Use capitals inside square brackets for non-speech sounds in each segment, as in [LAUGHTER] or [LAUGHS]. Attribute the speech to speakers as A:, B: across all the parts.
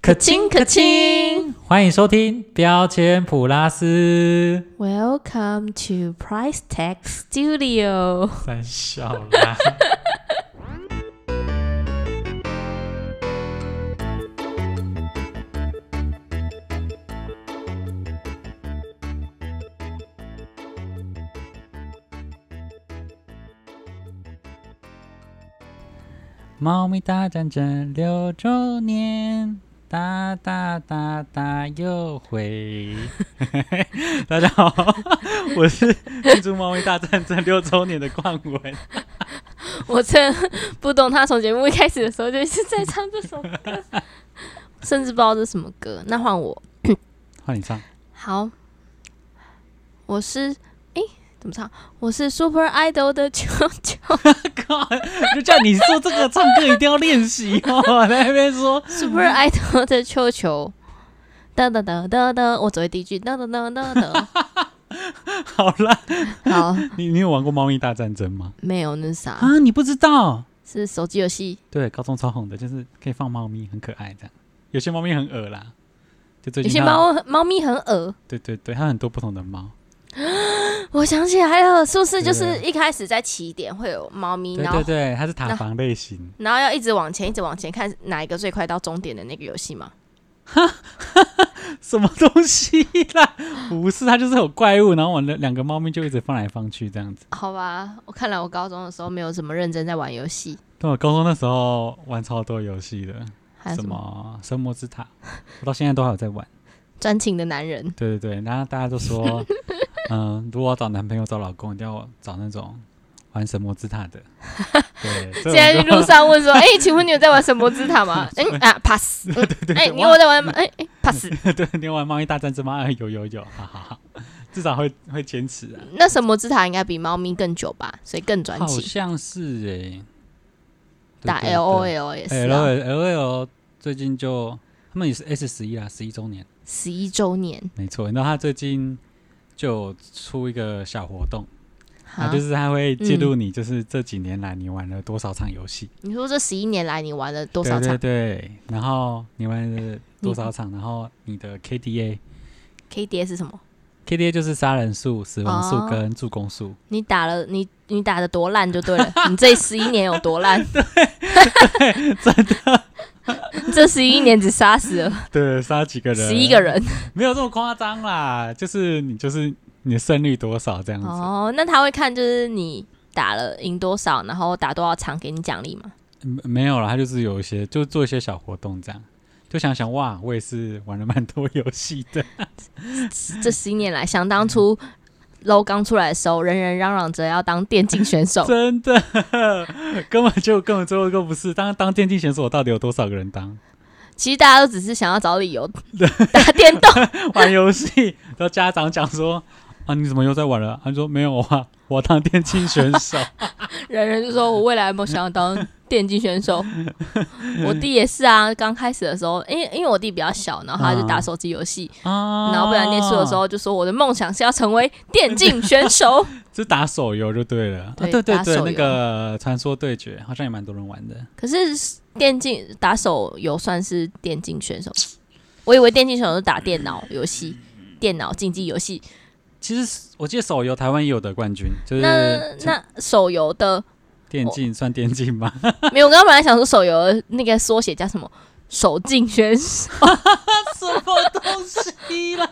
A: 可
B: 亲可亲
A: 欢迎收听标签普拉斯，
B: ，Welcome to Price Tag Studio。 [LAUGHS]
A: 三笑啦。猫咪大战争六周年，哒哒哒哒又回。 [LAUGHS] 大家好，我是庆祝猫咪大战争六周年的冠文。
B: 我真的不懂他从节目一开始的时候就一直在唱这首歌，甚至不知道这是什么歌。那换我，
A: 换你唱，
B: 好，我是诶，怎么唱？我是 Super Idol 的 [LAUGHS] 球球
A: 靠！就叫你做这个唱歌一定要练习哦。在那边说，
B: ，Super Idol 的球球。哒哒哒哒哒，我只会第一句哒哒哒哒 [LAUGHS] 哒。
A: 好啦，
B: 好，
A: 你你有玩过猫咪大战争吗？
B: 没有那是啥，
A: 啊，你不知道？
B: 是手机游戏。
A: 对，高中超红的，就是可以放猫咪，很可爱这样。有些猫咪很恶啦，就最
B: 有
A: 近
B: 些
A: 它，
B: 猫猫咪很恶，
A: 对对对，它很多不同的猫。
B: 我想起来了，是不是就
A: 对
B: 是一开始在起点会有猫咪，
A: 对
B: 然后
A: 对对，它是塔
B: 那
A: 防类型。
B: 然后要一直往前，一直往前，看哪一个最快到终点的那个游戏嘛？
A: 什么东西啦？不是，它就是有怪物，然后我的两个猫咪就一直放来放去这样子。
B: 好吧，我看来我高中的时候没有怎么认真在玩游戏，
A: 但我高中那时候玩超多游戏的，
B: 还有什么
A: 么《神魔之塔》，我到现在都还有在玩。
B: 专情的男人，
A: 对对对，然后大家都
B: [LAUGHS]
A: 说，嗯，如果要找男朋友、找老公，一定要找那种玩神魔之塔的。
B: [LAUGHS]
A: 对，这
B: 现在
A: 种
B: 去路
A: 就
B: 上问说：“ [LAUGHS] 哎、请问你有在玩神魔之塔
A: [LAUGHS]
B: 吗？”哎、啊，pass。嗯
A: 对
B: 哎、
A: 对
B: 你有在玩吗？哎、哎，pass。
A: [LAUGHS] 对，你有玩《猫咪大战争》吗？啊有有有，哈哈哈，至少会会坚持啊。
B: 那神魔之塔应该比猫咪更久吧，所以更专
A: 好
B: 情。
A: 像是哎，
B: 打 L O L 也是
A: L
B: 啊，
A: L L 最近就他们也是 S 十一啦，十一周年，
B: 十一周年
A: 没错。然后他最近就出一个小活动，啊，嗯
B: 啊
A: 就！是他会记录你，就是这几年来你玩了多少场游戏。
B: 你说这十一年来你玩了多少
A: 对对
B: 场
A: 对，然后你玩了多少场？然后你的 KDA。
B: KDA 是什么？
A: KDA 就是杀人数、死亡数
B: 哦
A: 跟助攻数，
B: 你打了你你打的多烂就对了，你这十一年有多烂？ [LAUGHS] 对，真的，这十一年只杀死了
A: [LAUGHS] 对，杀几个人？
B: 十一个，人。
A: 没有这么夸张啦，就是你就是你的胜率多少这样子。
B: 哦，那他会看就是你打了赢多少，然后打多少场给你奖励吗？
A: 嗯没有啦，他就是有一些，就做一些小活动这样，就想想哇，我也是玩了蛮多游戏 [LAUGHS] 的。
B: 这十一年来，想当初 LO 刚出来的时候，人人嚷嚷着要当电竞选手，
A: 真的， [LAUGHS] 根本就根本最后一个不是当当电竞选手，到底有多少个人当
B: 其实大家都只是想要找理由打电动。
A: 玩游戏？然后家长讲说啊，你怎么又在玩了？他说没有啊，我当电竞选手。
B: 人人就说：“我未来有没有想要当电竞选手？”我弟也是啊，刚开始的时候，因为因为我弟比较小，然后他就打手机游戏，
A: 啊
B: 然后不然念书的时，候就说我的梦想是要成为电竞选手。
A: 就打手游就对了。
B: 对
A: 啊、对对
B: 打手
A: 对，
B: 游
A: 那个传说对决好像也蛮多人玩的。
B: 可是电竞打手游算是电竞选手，我以为电竞选手是打电脑游戏。电脑竞技游戏，
A: 其实我记得手游台湾也有得冠军，就是
B: 那那手游的
A: 电竞算电竞吗？
B: 没有，我刚刚本来想说手游的那个缩写叫什么手竞选手，
A: 什么东西啦？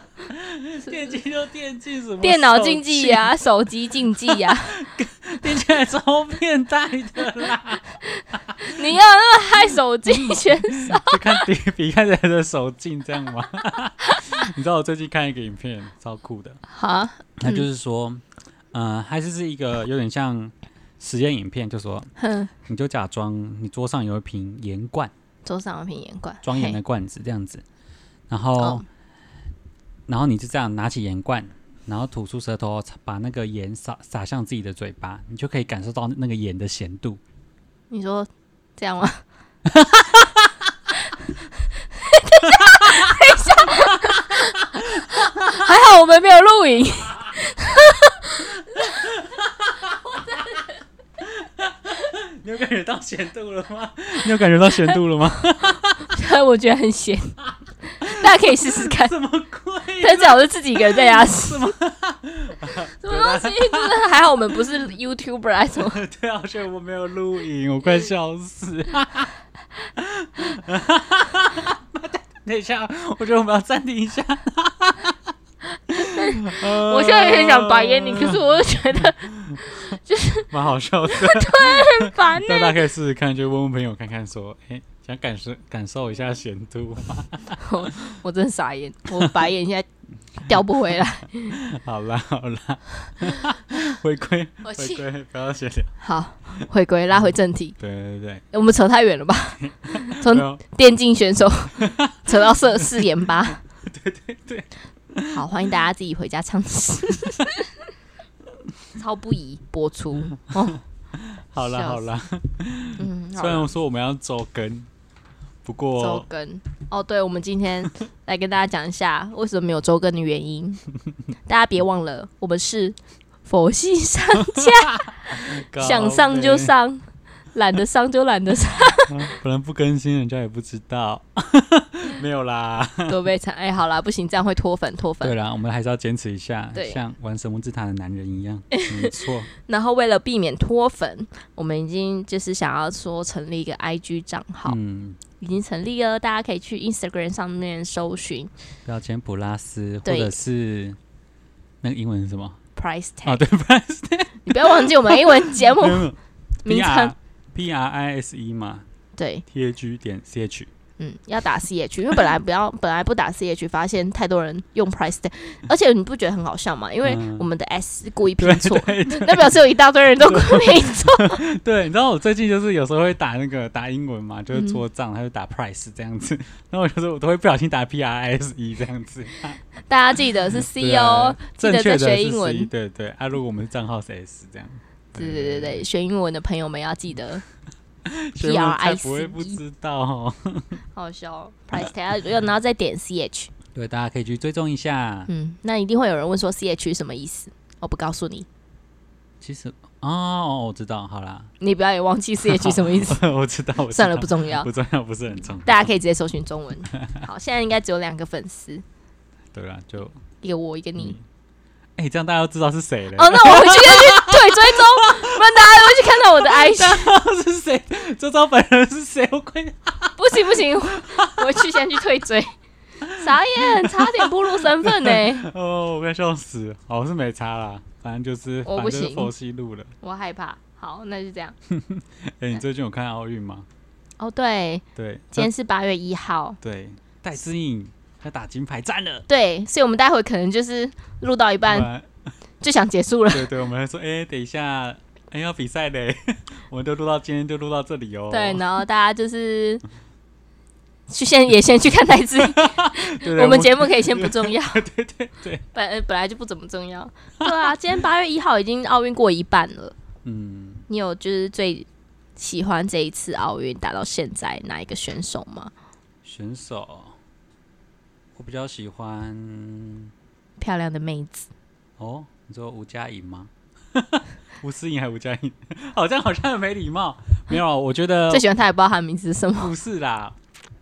A: 电竞就电竞，什么
B: 电脑竞技呀、手机竞技呀、
A: 手机，听起来超变态的啦！
B: 你要那么害手机选手？
A: [LAUGHS] 就看比比看起来的手劲这样吗？ [LAUGHS] 你知道我最近看一个影片，超酷的，
B: 好，啊
A: 它就是说，嗯，还是是一个有点像实验影片，就说
B: 哼，
A: 你就假装你桌上有一瓶盐罐，
B: 桌上有瓶盐罐，
A: 装盐的
B: 嘿
A: 罐子这样子，然后、
B: 哦
A: 然后你就这样拿起盐罐，然后吐出舌头，把那个盐撒撒向自己的嘴巴，你就可以感受到那个盐的咸度。
B: 你说这 [LAUGHS] 样吗？等一下，等一下，还好我们没有录影。 [LAUGHS] [LAUGHS]
A: 你有感觉到咸度了吗？你有感觉到咸度了吗？
B: 我觉得很咸，大家可以试试看。
A: 什么鬼？
B: 但是我是自己一个人在家吃，
A: 什么？
B: 什么东西？就是还好我们不是 YouTuber 还是什么，
A: [LAUGHS] 对啊，所以我没有录影，我快笑死。 [LAUGHS] 等一下，我觉得我们要暂停一
B: [LAUGHS]
A: 下。
B: 我
A: 我
B: 现在也很想白眼你，可是我又觉得
A: [LAUGHS] 蛮好笑的，
B: 很烦呢、
A: 大家可以试试看，就问问朋友看看，说，哎、想感受感受一下咸度吗？
B: [LAUGHS] 我真傻眼，我白眼现在掉不回来。
A: 好啦好啦，回归
B: [LAUGHS] 我
A: 回
B: 气
A: 归，不要闲聊。
B: 好，回归拉回正题，
A: 对对对，啊
B: 我们扯太远了吧？ [LAUGHS] 从
A: 没有
B: 电竞选手扯到四四点八，对对对，好，欢迎大家自己回家尝试，超不宜播出哦。
A: 好啦
B: 笑
A: 好啦，
B: 嗯，好
A: 虽然我说我们要周更，不
B: 周
A: 过
B: 更哦，对，我们今天来跟大家讲一下为什么没有周更的原因。大家别忘了，我们是佛系上架，
A: 高
B: [LAUGHS] 想上就
A: 呗
B: 上，懒得上就懒得上，
A: 不然不更新，人家也不知
B: [LAUGHS]
A: 道。没有啦，
B: 多悲惨！哎，好啦，不行，这样会脱粉脱
A: 对
B: 粉。
A: 啦，我们还是要坚持一下，
B: 对
A: 像玩神木之塔的男人一
B: [LAUGHS]
A: 样，没错。
B: 然后为了避免脱粉，我们已经就是想要说成立一个 IG 账号，
A: 嗯，
B: 已经成立了，大家可以去 Instagram 上面搜寻
A: 标签普拉斯，或
B: 对
A: 者是那个英文是什么？
B: Price
A: 啊，
B: Tag，、
A: 对，
B: [LAUGHS]
A: 不然是
B: 你不要忘记我们英文节目名
A: P
B: 称
A: R。P R I S E 嘛
B: 对，
A: ，T A G 点 C H，
B: 嗯，要打 CH，因为本来不要，本来不打 CH，发现太多人用 price tag，而且你不觉得很好笑吗？因为
A: 嗯
B: 我们的 S 是故意拼
A: 对
B: 错，
A: 对 [LAUGHS] 对
B: 那表示有一大堆人都故意拼错。
A: 对，你知道我最近就是有时候会打那个打英文嘛，
B: 嗯
A: 就是做账，他就打 price 这样子，然后我就是我都会不小心打 P R I S E 这样子。
B: 大家记得是 C
A: 对啊
B: 哦，记
A: 正
B: 得
A: 确
B: 在
A: 的
B: 学英
A: 是 C，
B: 文。
A: 对对。啊，如果我们账号是 S 这样，
B: 对对对对，学英文的朋友们要记得，
A: 所以我们才
B: PRICE
A: 不会不知道 [LAUGHS] 哦。
B: 好笑哦 price tag，要然后再点 CH。
A: 对，大家可以去追踪一下。
B: 嗯，那一定会有人问说 CH 是什么意思，我不告诉你，
A: 其实哦，我知道，好啦，
B: 你不要也忘
A: [LAUGHS]
B: 记 CH 什么意思，
A: 我知道，我知道
B: 算了，不重要
A: 不。重要，不是很重要。
B: 大家可以直接搜寻中
A: [LAUGHS]
B: 文。好，现在应该只有两个粉丝，
A: 对啦，就
B: 一个我，一个你。
A: 哎，这样大家都知道是谁了。
B: 哦，那我回去要
A: [LAUGHS]
B: 去退追踪，不然大家会去看到我的 IG。
A: 是谁？这招本人是谁？我快
B: 不行不行，我回去先去退
A: [LAUGHS]
B: 追。傻眼，差点暴露身份呢、
A: [LAUGHS] 哦，我快笑死了。哦，我是没差啦，反正就是，
B: 我
A: 反
B: 不
A: 正就是
B: 行
A: 佛系路了。
B: 我害怕。好，那就这样。
A: 哎，你最近有看奥运吗？
B: 哦，对，
A: 对，
B: 今天是八月一号，
A: 对，戴资颖她打金牌战了。
B: 对，所以我们待会可能就是录到一
A: 不
B: 半
A: 然
B: 就想结束了。
A: 对对，我们还说，哎、等一下，哎、要比赛嘞， [LAUGHS] 我们就录到今天就录到这里哦。
B: 对，然后大家就是去先也先去看台资，
A: 对对
B: 我们节目可以先不重要，
A: 对对对对，
B: 本呃本来就不怎么重要。对啊，今天八月一号已经奥运过一半了，
A: 嗯，
B: 你有就是最喜欢这一次奥运打到现在哪一个选手吗？
A: 选手，我比较喜欢
B: 漂亮的妹子，
A: 哦，你说吴佳颖吗？ [LAUGHS] 吴思颖还吴佳颖， [LAUGHS] 好像好像很没礼貌。没有，我觉
B: [LAUGHS]
A: 得
B: 最喜欢她也不知道她的名字是什么。
A: 不是啦。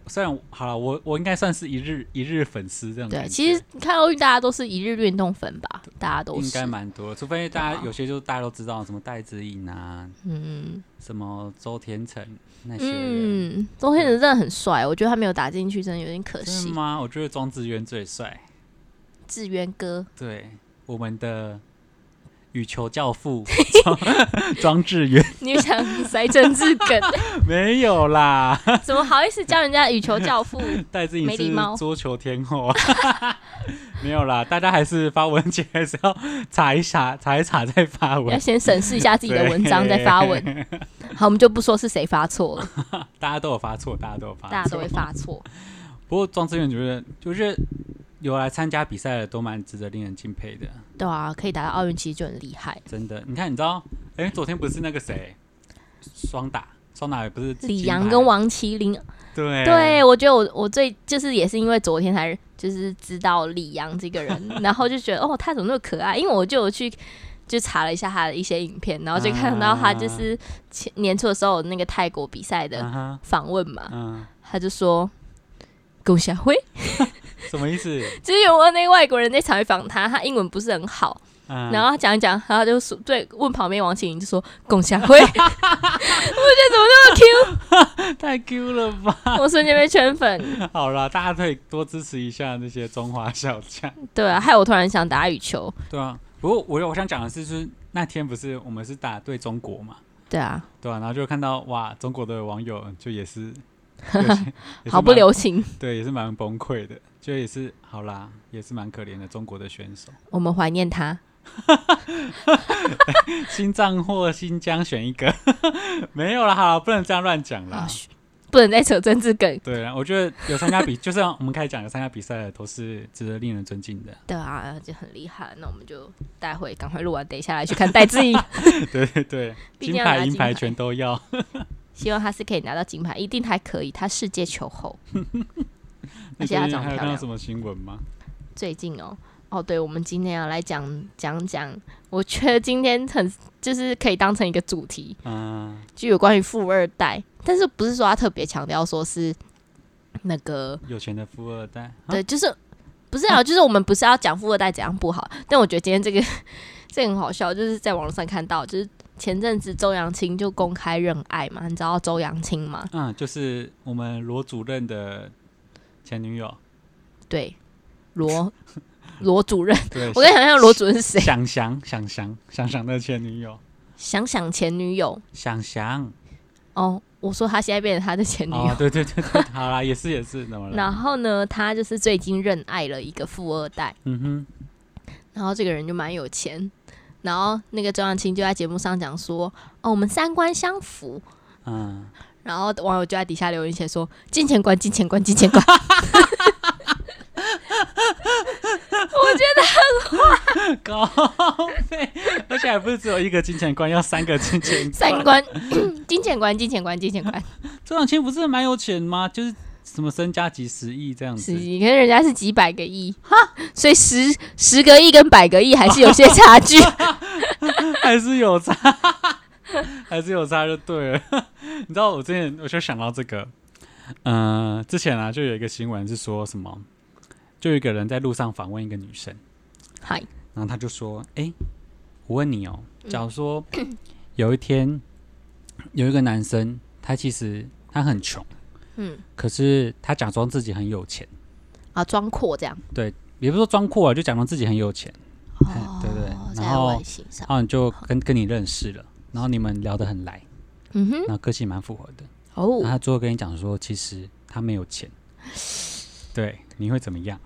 A: 虽然好了，我我应该算是一日一日粉丝这样。
B: 对，其实看奥运大家都是一日运动粉吧，大家都
A: 应该
B: 是。
A: 蛮多，除非大
B: 对
A: 家
B: 啊
A: 有些就大家都知道，什么戴资颖啊，
B: 嗯
A: 什么周天成那些人。
B: 嗯，周天子真的很帅，我觉得他没有打进去，真的有点可
A: 真的
B: 惜。
A: 吗？我觉得庄智渊最帅。
B: 志渊哥，
A: 对，我们的羽球
B: [LAUGHS]
A: 教父庄庄智渊
B: 你想塞政治
A: [LAUGHS]
B: 梗？
A: 没有啦，
B: 怎么好意思叫人家羽球教
A: [LAUGHS]
B: 父？
A: 戴志颖
B: 没礼
A: 是
B: 貌
A: 桌球天后 [LAUGHS] 啊，没有啦，大家还是发文前还是要查一 [LAUGHS] 查，查一查再发
B: 要
A: 文。
B: 先审视一下自己的文章再发文。好，我们就不说是谁发错
A: [LAUGHS]
B: 了，
A: 大家都有发错，大家都有发错，
B: 大家都会发错。
A: 不过庄智渊觉得就是有来参加比赛的都蛮值得令人敬佩的，
B: 对啊，可以打到奥运其实就很厉害。
A: 真的。你看，你知道，哎、昨天不是那个谁双打，双打也不是
B: 李
A: 金
B: 阳
A: 牌哎
B: 跟王麒麟，
A: 对
B: 对我觉得我我最就是也是因为昨天才就是知道李阳这个
A: [LAUGHS]
B: 人，然后就觉得哦他怎么那么可爱？因为我就有去就查了一下他的一些影片，然后就看到他就是前年初的时候有那个泰国比赛的
A: 嗯哼
B: 访问嘛，
A: 嗯，
B: 他就说龚小辉，
A: 什么意思？
B: 就是有问那个外国人在采访他，他英文不是很好，
A: 嗯，
B: [LAUGHS] 然后他讲一讲，然后就说对问旁边王启林就说龚小
A: [LAUGHS]
B: 辉，我觉得怎么那么 Q，
A: 太 Q 了吧？ [LAUGHS]
B: 我瞬间被圈粉。
A: 好啦，大家可以多支持一下那些中华小
B: [LAUGHS]
A: 将。
B: 对啊，害我突然想打羽球。
A: 对啊，不过我我想讲的是，就是那天不是我们是打对中国嘛，
B: 对啊，
A: 对啊，然后就看到哇，中国的网友就
B: [LAUGHS]
A: 也是，有些也是
B: 毫不
A: 蛮
B: 留情，
A: 对，也是蛮崩溃的，就也是好啦，也是蛮可怜的中国的选手，
B: 我们怀念他。
A: [LAUGHS] 新藏或新疆选一个， [LAUGHS] 没有啦，好啦不能这样乱讲啦
B: 啊。嘘不能再扯政治梗，
A: 对啊，我觉得有参加比，就是我们开始讲有参加比赛的都是值得令人尊敬的。 [LAUGHS]
B: 对啊，就很厉害。那我们就待会赶快录完，等一下来去看戴志颖，
A: [LAUGHS] 对对对，
B: [LAUGHS] 毕
A: 金
B: 竟要拿
A: 牌、银
B: 金
A: 牌
B: 牌
A: 全都要。
B: 希望他是可以拿到金牌，一定还可以，他世界球后。
A: 你
B: [LAUGHS] 而
A: 最
B: 且她
A: 近
B: 长得
A: 还有
B: 漂
A: 看到
B: 亮
A: 什。么新闻吗？
B: 最近哦，哦，对，我们今天要来讲讲讲，我觉得今天很就是可以当成一个主题，
A: 嗯，
B: 就有关于富二代，但是不是说他特别强调说是那个
A: 有钱的富二代。啊
B: 对，就是不是啊，就是我们不是要讲富二代怎样不好，但我觉得今天这个 [LAUGHS] 这个很好笑，就是在网络上看到，就是前阵子周扬青就公开认爱嘛，你知道周扬青吗？
A: 嗯，就是我们罗主任的前女友，
B: 对， [LAUGHS] 罗罗主任，
A: 对，
B: [LAUGHS] 我在想象罗主任是谁，
A: 想想想想想想的前女友，
B: 想想前女友
A: 想想
B: 哦，我说他现在变成他的前女友。
A: 哦，对对对对，好啦，也是也是，怎么了？
B: 然后呢，他就是最近认爱了一个富二代，
A: 嗯哼，
B: 然后这个人就蛮有钱，然后那个周扬青就在节目上讲说，哦，我们三观相符，
A: 嗯，
B: 然后网友就在底下留言写说：“金钱观，金钱观，金钱观。”我觉得
A: 高费，而且还不是只有一个金钱观，要 [LAUGHS] 三个金钱
B: 三
A: 观。
B: 观，金钱观，金钱观，金钱
A: [LAUGHS]
B: 观，
A: 周扬青不是蛮有钱吗？就是什么身家几十亿这样
B: 十
A: 子。
B: 亿，可是人家是几百个亿哈，所以十十个亿跟百个亿还是有些差
A: [LAUGHS]
B: 距。
A: 还是有差， [LAUGHS] 还是有差就对了。你知道我之前我就想到这个，呃，之前啊就有一个新闻是说什么，就有一个人在路上访问一个女生，
B: 嗨，
A: 然后他就说：“哎、我问你哦，
B: 嗯
A: 假如说有一天有一个男生，他其实他很穷，
B: 嗯，
A: 可是他假装自己很有钱，
B: 啊，装阔这样，
A: 也不是说装阔啊，就假装自己很有钱，
B: 哦，
A: 对对然
B: 在
A: 后
B: 外形上
A: 然，后你就跟跟你认识了，然后你们聊得很来，
B: 嗯哼，
A: 然后个性蛮符合的。”然后
B: 哦，
A: 他最后跟你讲说，其实他没有
B: [LAUGHS]
A: 钱，对，你会怎么样？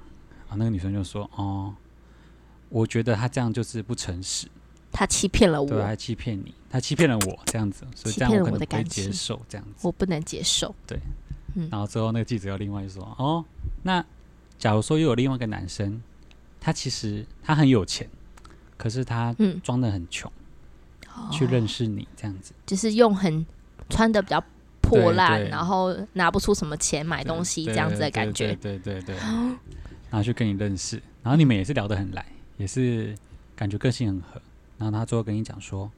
A: 啊，那个女生就说，哦，我觉得他这样就是不诚实，
B: 他欺骗了
A: 对，
B: 我，
A: 他欺骗你，他欺骗了我这样子，所以
B: 欺
A: 这样
B: 骗
A: 我
B: 了
A: 可
B: 我
A: 能
B: 的
A: 不会
B: 感
A: 接
B: 情
A: 受这样子。
B: 我不能接受。
A: 然后之后那个记者又另外说，哦，那假如说又有另外一个男生，他其实他很有钱，可是他
B: 嗯，
A: 装的很穷、
B: 哦
A: 去认识你这样子，
B: 就是用很穿的比较破烂
A: 对，对
B: 然后拿不出什么钱买
A: 对
B: 东西
A: 对
B: 这样子
A: 对
B: 的感觉。哦
A: 对对对对对然后就跟你认识，然后你们也是聊得很来，也是感觉个性很合，然后他最后跟你讲说，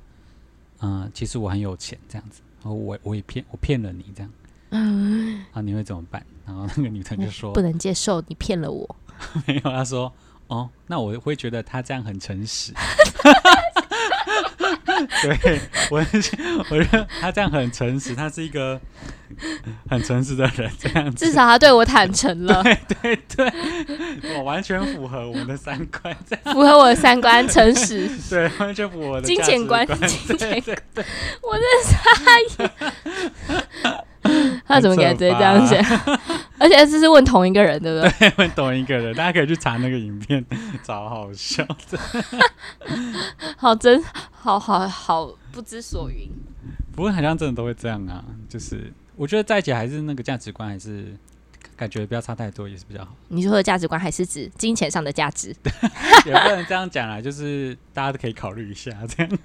A: 嗯、其实我很有钱这样子，然后我我也骗我骗了你这样，
B: 嗯，
A: 然后你会怎么办？然后那个女生就说
B: 不能接受，你骗了我。
A: 没有，她说哦，那我会觉得他这样很诚实。
B: [LAUGHS]
A: 对我，我觉得他这样很诚实，他是一个很诚实的人，这样子
B: 至。少他对我坦诚了，
A: 对对，我完全符合我们的三观，这样
B: 符合我的三观，诚实。
A: 对，完全符 [LAUGHS] 合我的
B: 金
A: 价
B: 钱
A: 值
B: 观
A: 观，
B: 金
A: 对
B: 钱
A: 对对，
B: 我真的傻眼，他怎么敢直接这样写？ [LAUGHS] 而且这是问同一个人，对不对？
A: 我们懂一个人， [LAUGHS] 大家可以去查那个影片，找好笑的。
B: 好真，好好好，不知所云。
A: 不过好像真的都会这样啊，就是我觉得在一起还是那个价值观还是感觉不要差太多也是比
B: [LAUGHS]
A: 较好，
B: 你说的价值观还是指金钱上的价值？
A: 也不能这样讲啦，就是大家都可以考虑一下这样。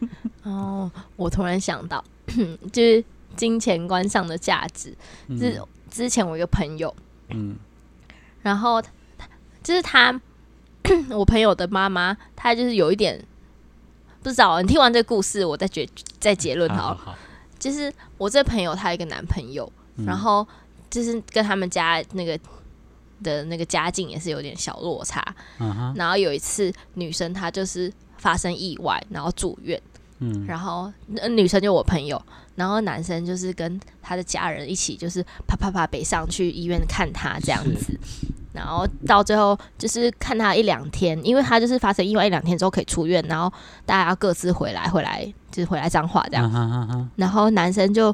B: 哦，我突然想到， [CLEARS THROAT] 就是金钱观上的价值。之
A: 嗯
B: 之前我一个朋友，
A: 嗯
B: 然后他就是他， [CLEARS THROAT] 我朋友的妈妈，她就是有一点不知道。你听完这个故事，我再决再结论嗯好
A: 好
B: 了。
A: 嗯好，
B: [LAUGHS] 就是我这朋友她有一个男朋友，
A: 嗯
B: 然后就是跟他们家那个的那个家境也是有点小落差。
A: 嗯哼，
B: 然后有一次女生她就是发生意外，然后住院，
A: 嗯，
B: 然后、呃女生就我朋友，然后男生就是跟他的家人一起，就是啪啪啪北上去医院看他这样子。然后到最后就是看他一两天，因为他就是发生意外一两天之后可以出院，然后大家要各自回来，回来就是回来彰化这样。
A: 嗯哼嗯哼，
B: 然后男生就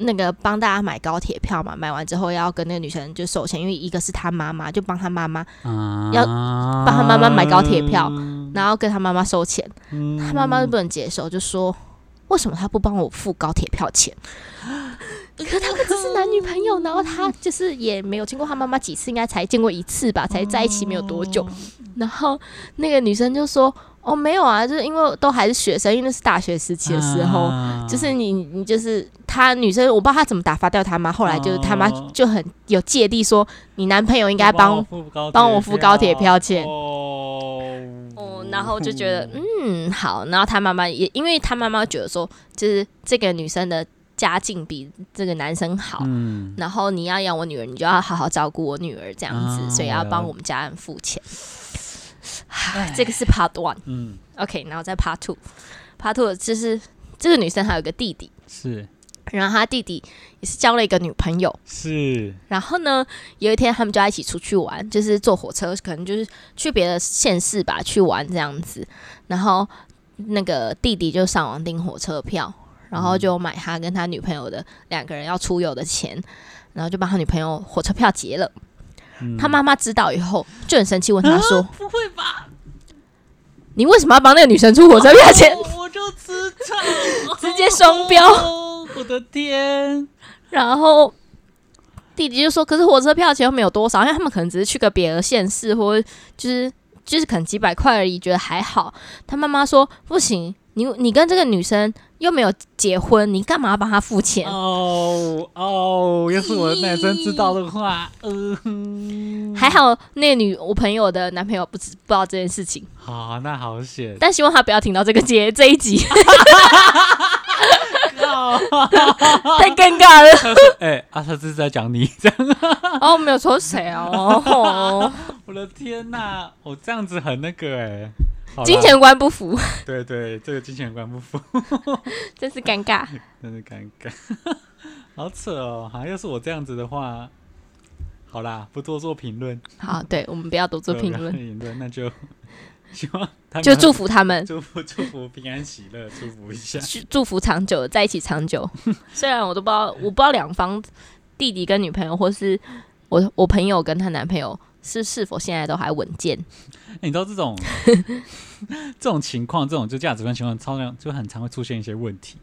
B: 那个帮大家买高铁票嘛，买完之后要跟那个女生就手牵，因为一个是他妈妈，就帮他妈妈，
A: 嗯
B: 要
A: 帮
B: 他妈妈买高铁票然后跟他妈妈收钱，他
A: 他
B: 妈妈就不能接受，就说为什么他不帮我付高铁票 [GASPS] 钱？可他们只是男女朋友，然后他就是也没有见过他妈妈几次，应该才见过一次吧，才在一起没有多久。然后那个女生就说：“哦，没有啊，就是因为都还是学生，因为那是大学时期的时候，就是你你就是他女生，我不知道她怎么打发掉他妈。后来就是他妈
A: 哦
B: 就很有芥蒂，说你男朋友应
A: 应
B: 该啊帮帮我
A: 我
B: 付高铁票钱
A: 哦，
B: 哦，然后就觉得嗯好，然后他妈妈也因为他妈妈觉得说，就是这个女生的家境比这个男生好，
A: 嗯，
B: 然后你要养我女儿，你就要好好照顾我女儿这样子，
A: 啊
B: 所以
A: 我
B: 要
A: 了
B: 帮我们家人付钱。唉 [SIGHS] 这个是 Part One。
A: 嗯
B: OK，然后再 Part Two。Part Two 就是这个女生还有一个弟弟，
A: 是
B: 然后她弟弟也是交了一个女朋友。
A: 是，
B: 然后呢，有一天他们就要一起出去玩，就是坐火车，可能就是去别的县市吧，去玩这样子。然后那个弟弟就上网订火车票，然后就买他跟他女朋友的两个人要出游的钱，然后就把他女朋友火车票结了。
A: 嗯
B: 他妈妈知道以后就很生气，问他说：“
A: 不会吧？
B: 你为什么要帮那个女生出火车票钱？”
A: 我就知 [LAUGHS] 道，
B: 直接双标
A: 哦，我的天，
B: 然后弟弟就说：“可是火车票钱又没有多少，因为他们可能只是去个别的县市，或者就是就是可能几百块而已，觉得还好。”他妈妈说：“不行，你你跟这个女生又没有结婚，你干嘛要帮她付钱？”
A: 哦哦，要是我的男生知道的话，嗯、
B: 还好那个女我朋友的男朋友不知不知道这件事情，
A: 好，那
B: [LAUGHS]
A: 好险，
B: 但希望他不要听到这个节这一 [LAUGHS] 集，
A: 哦，
B: 太尴尬了。
A: 他说，哎、阿特这是在讲你，这样，
B: [LAUGHS] 哦，没有说谁 [LAUGHS] 哦，哦
A: 我的天呐，我、这样子很那个哎、好啦
B: 金，钱观不符，
A: 对对，这个金钱观不符，
B: 真是尴尬。
A: 真的尴尬，好扯哦，好、像要是我这样子的话，好啦，不多做评论，
B: 好，对我们不要多做
A: 对
B: 评
A: 不
B: [LAUGHS]
A: 要
B: 论，
A: 评论，那就希望他们
B: 就祝福他们。
A: [LAUGHS] 祝福祝福平安喜乐，祝福
B: [LAUGHS]
A: 一下。
B: 祝祝福长久，在一起长久。虽然我都不知道，我不知道两方弟弟跟女朋友，或是我我朋友跟她男朋友是是否现在都还稳健。
A: 欸你知道这种 [LAUGHS] 这种情况，这种就价值观情况，超常就很常会出现一些问题。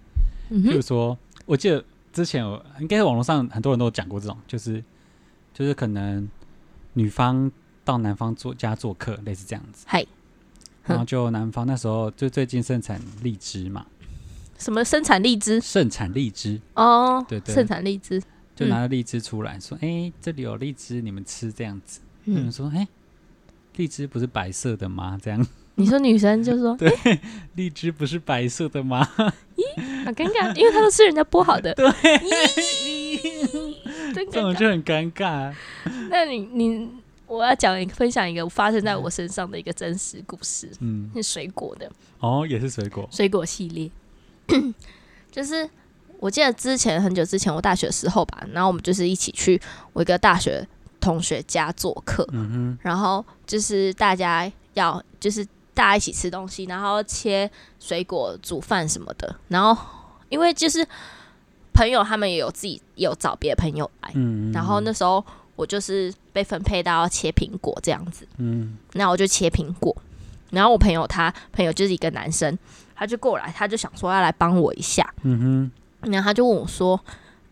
B: 嗯
A: 比
B: 哼，
A: 如说，我记得之前有应该在网络上很多人都有讲过这种，就是就是可能女方到男方做家做客，类似这样子。
B: 嗨
A: 然后就男方那时候就最近盛产荔枝嘛，
B: 什么生产荔枝
A: 盛产荔枝，
B: 哦，
A: 对对
B: 盛产荔枝，
A: 就拿了荔枝出来说：“哎、这里有荔枝，你们吃。”这样子，有人
B: 嗯，
A: 说：“哎、荔枝不是白色的吗？”这样， [LAUGHS]
B: 你说女生就说
A: 荔枝不是白色
B: [LAUGHS]
A: 的吗？
B: 好啊尴尬，因为她都是人家剥好的，
A: 对，
B: 真
A: [LAUGHS] 这种
B: 尴尬。
A: 就很尴尬。啊
B: 那你你我要讲一个分享一个发生在我身上的一个真实故事，
A: 嗯，
B: 是水果的。
A: 哦，也是水果。
B: 水果系列， [COUGHS] 就是我记得之前很久之前，我大学的时候吧，然后我们就是一起去我一个大学同学家做客，
A: 嗯
B: 然后就是大家要就是大家一起吃东西，然后切水果煮饭什么的，然后因为就是朋友他们也有自己也有找别的朋友来
A: 哼，，嗯，
B: 哎然后那，时候我就是被分配到要切苹果这样子，
A: 嗯
B: 那我就切苹果。然后我朋友他朋友就是一个男生，他就过来，他就想说要来帮我一下，
A: 嗯
B: 然后他就问我说：“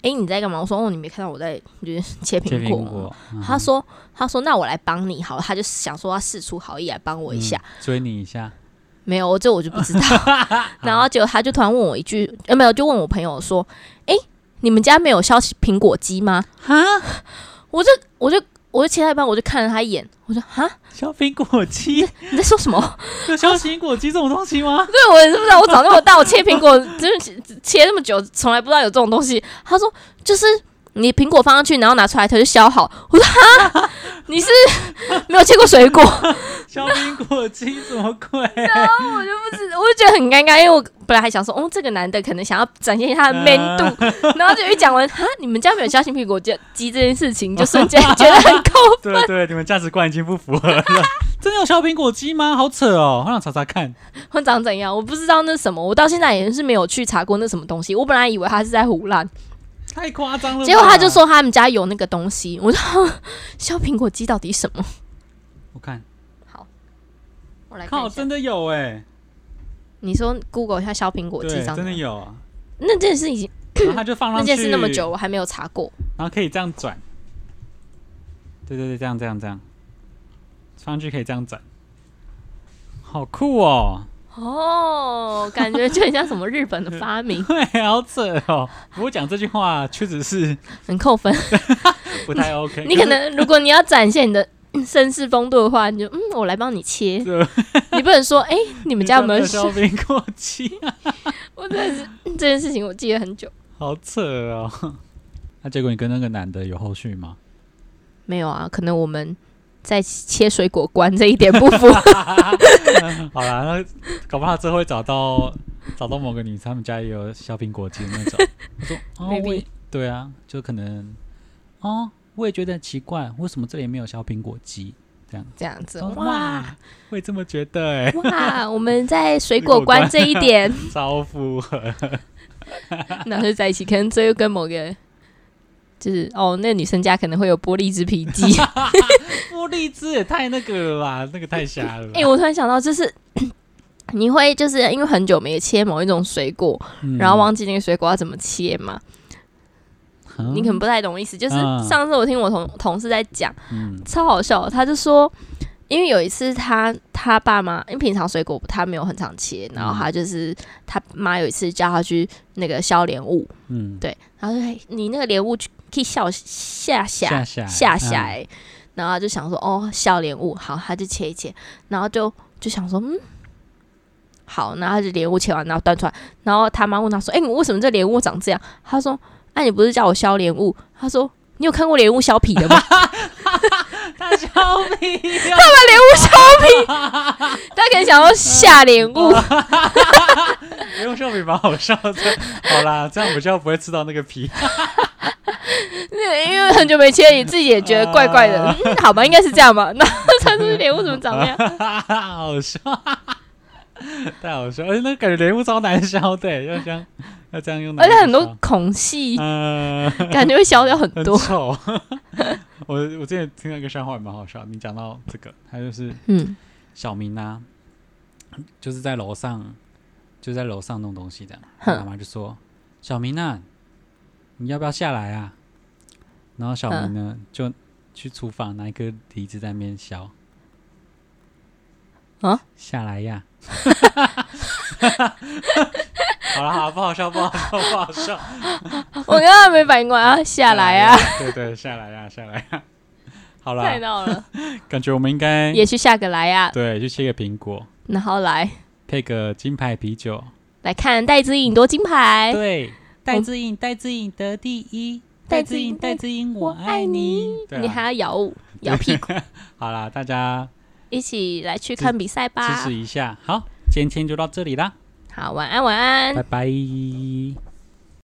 B: 诶，你在干嘛？”我说：“哦，你没看到我在就是切
A: 哼，
B: 苹
A: 切
B: 果
A: 苹
B: 吗。
A: 果。嗯
B: 他说：“他说那我来帮你好了。”他就想说要试出好意来帮我一下，，
A: 嗯追你一下。
B: 没有，这我就不
A: [LAUGHS]
B: 知道。然后结果他就突然问我一句，呃，没有，就问我朋友说：“诶，你们家没有削苹果机吗？”
A: 哈，
B: 我就我就我就切到一半，我就看了他一眼，我说：“哈，
A: 削苹果机，
B: 你在说什么？”
A: 有削苹果机这种东
B: [LAUGHS]
A: 西吗？
B: 对，我也是不知道，我长那么大，我切苹果真是切那么久，从来不知道有这种东西。他说就是你苹果放上去，然后拿出来，它就削好。我说哈，你是没有切过水果？
A: 削苹果肌什么
B: [LAUGHS]
A: 鬼？
B: 我就不知，我就觉得很尴尬，因为我本来还想说，哦，这个男的可能想要展现他的 man 度，然后就一讲完，哈，你们家没有相信苹果肌肌这件事情，就瞬间觉得很扣。
A: 对对，你们价值观已经不符
B: [LAUGHS]
A: 合了。真的有削苹果肌吗？好扯哦，我想查查看。
B: 会 [LAUGHS] 长怎样？我不知道那什么，我到现在也是没有去查过那什么东西。我本来以为他是在胡乱，
A: 太夸张了吧。
B: 结果他就说他们家有那个东西，我说 [LAUGHS] 削苹果肌到底什么？
A: 我看，
B: 我来看
A: 靠，
B: 一下
A: 真，的有哎，
B: 你说 Google 一下削苹果肌
A: 对，
B: 长
A: 真
B: 怎
A: 的
B: 样？
A: 有啊。
B: 那件事已经
A: 然后他就放
B: 那
A: 上去，
B: 件事那么久，，我还没有查过。
A: 然后可以这样转。对对对，这样这样这样，放上去可以这样转，好酷哦！，
B: [LAUGHS] 哦，感觉就很像什么日本的发明
A: 对， [LAUGHS] 好扯哦。我讲这句话确实是
B: [LAUGHS] 很扣分。
A: 不太 OK
B: 你可能如果你要展现你的嗯绅士风度的话，你就嗯，我来帮你切。
A: 对
B: [LAUGHS] 你不能说哎、你
A: 你
B: 们家有没有事？
A: 削苹果肌啊？
B: [LAUGHS] 我真的是嗯这件事情我记得很久。
A: 好扯哦。 [LAUGHS] 那结果你跟那个男的有后续吗？
B: 没有啊，可能我们在切水果关这一点不
A: [LAUGHS]
B: 符。
A: 好啦，那搞不好之后会找到找到某个女生，他们家也有削苹果肌的那种。
B: [LAUGHS]
A: 我说哦，我
B: Maybe
A: 也对啊，就可能哦，我也觉得很奇怪，为什么这里没有削苹果肌？
B: 这样子，
A: 说
B: 哇
A: 哇，会这么觉得哎、
B: 哇，我们在水
A: 果
B: 果关
A: 关
B: 这一
A: [LAUGHS]
B: 点，
A: 超符合。
B: 然后就在一起，可能最后跟某个。就是哦，那女生家可能会有玻璃制皮机。
A: [LAUGHS] 玻璃汁也太那个了吧，那个太瞎了吧。
B: 哎、我突然想到，就是 [COUGHS] 你会就是因为很久没切某一种水果，
A: 嗯
B: 然后忘记那个水果要怎么切嘛，
A: 嗯
B: 你可能不太懂意思。就是
A: 嗯
B: 上次我听我同同事在讲，
A: 嗯
B: 超好笑的，他就说，因为有一次他他爸妈，因为平常水果他没有很常切，然后他就是他妈有一次叫他去那个削莲雾，
A: 嗯，
B: 对，然后就嘿你那个莲雾去可以削下下
A: 下下嗯
B: 下下来、然后他就想说哦削莲雾好，他就切一切，然后就就想说嗯。好，然后他就莲雾切完，然后端出来，然后他妈问他说：“哎、你为什么这莲雾长这样？”他说：“哎、你不是叫我削莲雾？”他说：“你有看过莲雾削皮的吗？” [LAUGHS]
A: 他削皮，
B: 大家可以想到下莲雾，
A: 不用削皮蛮好笑的。好啦，这样比较不会吃到那个皮。 [LAUGHS]
B: 因为很久没切，你自己也觉得怪怪的。嗯，好吧，应该是这样吧。 [LAUGHS] 那他这莲雾怎么长那样？
A: 好笑，太好笑，而且那感觉莲雾超难削的、要这样要这样用，
B: 而且很多，孔隙，
A: 嗯、
B: 感觉会削掉很
A: 很 [LAUGHS]
B: 多。
A: 丑。我我之前听到一个笑话也蛮好笑，你讲到这个，他就是
B: 嗯，
A: 小明啊，就是在楼上就在楼上弄东西这样，
B: 哼
A: 妈妈就说：“小明啊，你要不要下来啊？”然后小明呢就去厨房拿一个梨子在那边削，
B: 啊，
A: 下来
B: [LAUGHS]
A: 呀！好了好了，不好笑不好笑不好笑，
B: [LAUGHS] 我刚刚没反应过来啊，下来啊，！
A: 对对，下来呀下来呀！好哎
B: 太
A: 了，
B: 闹了，
A: 感觉我们应该
B: 也去下个来啊，
A: 对，就切个苹果，
B: 然后来
A: 配个金牌啤酒。
B: 来看戴资颖夺金牌，
A: [LAUGHS]
B: 哎
A: 对，
B: 我
A: 戴志颖，戴志颖得第一，
B: 戴
A: 戴
B: 志
A: 志颖，
B: 颖
A: 戴志颖，
B: 我爱
A: 你。对
B: 你
A: 啊
B: 还要摇舞摇屁股，
A: 好啦，大家
B: 一起来去看比赛
A: [LAUGHS] 支
B: 吧
A: 持。一下。好，今天就到这里啦，
B: 嗯好，晚安，晚安
A: 拜。拜。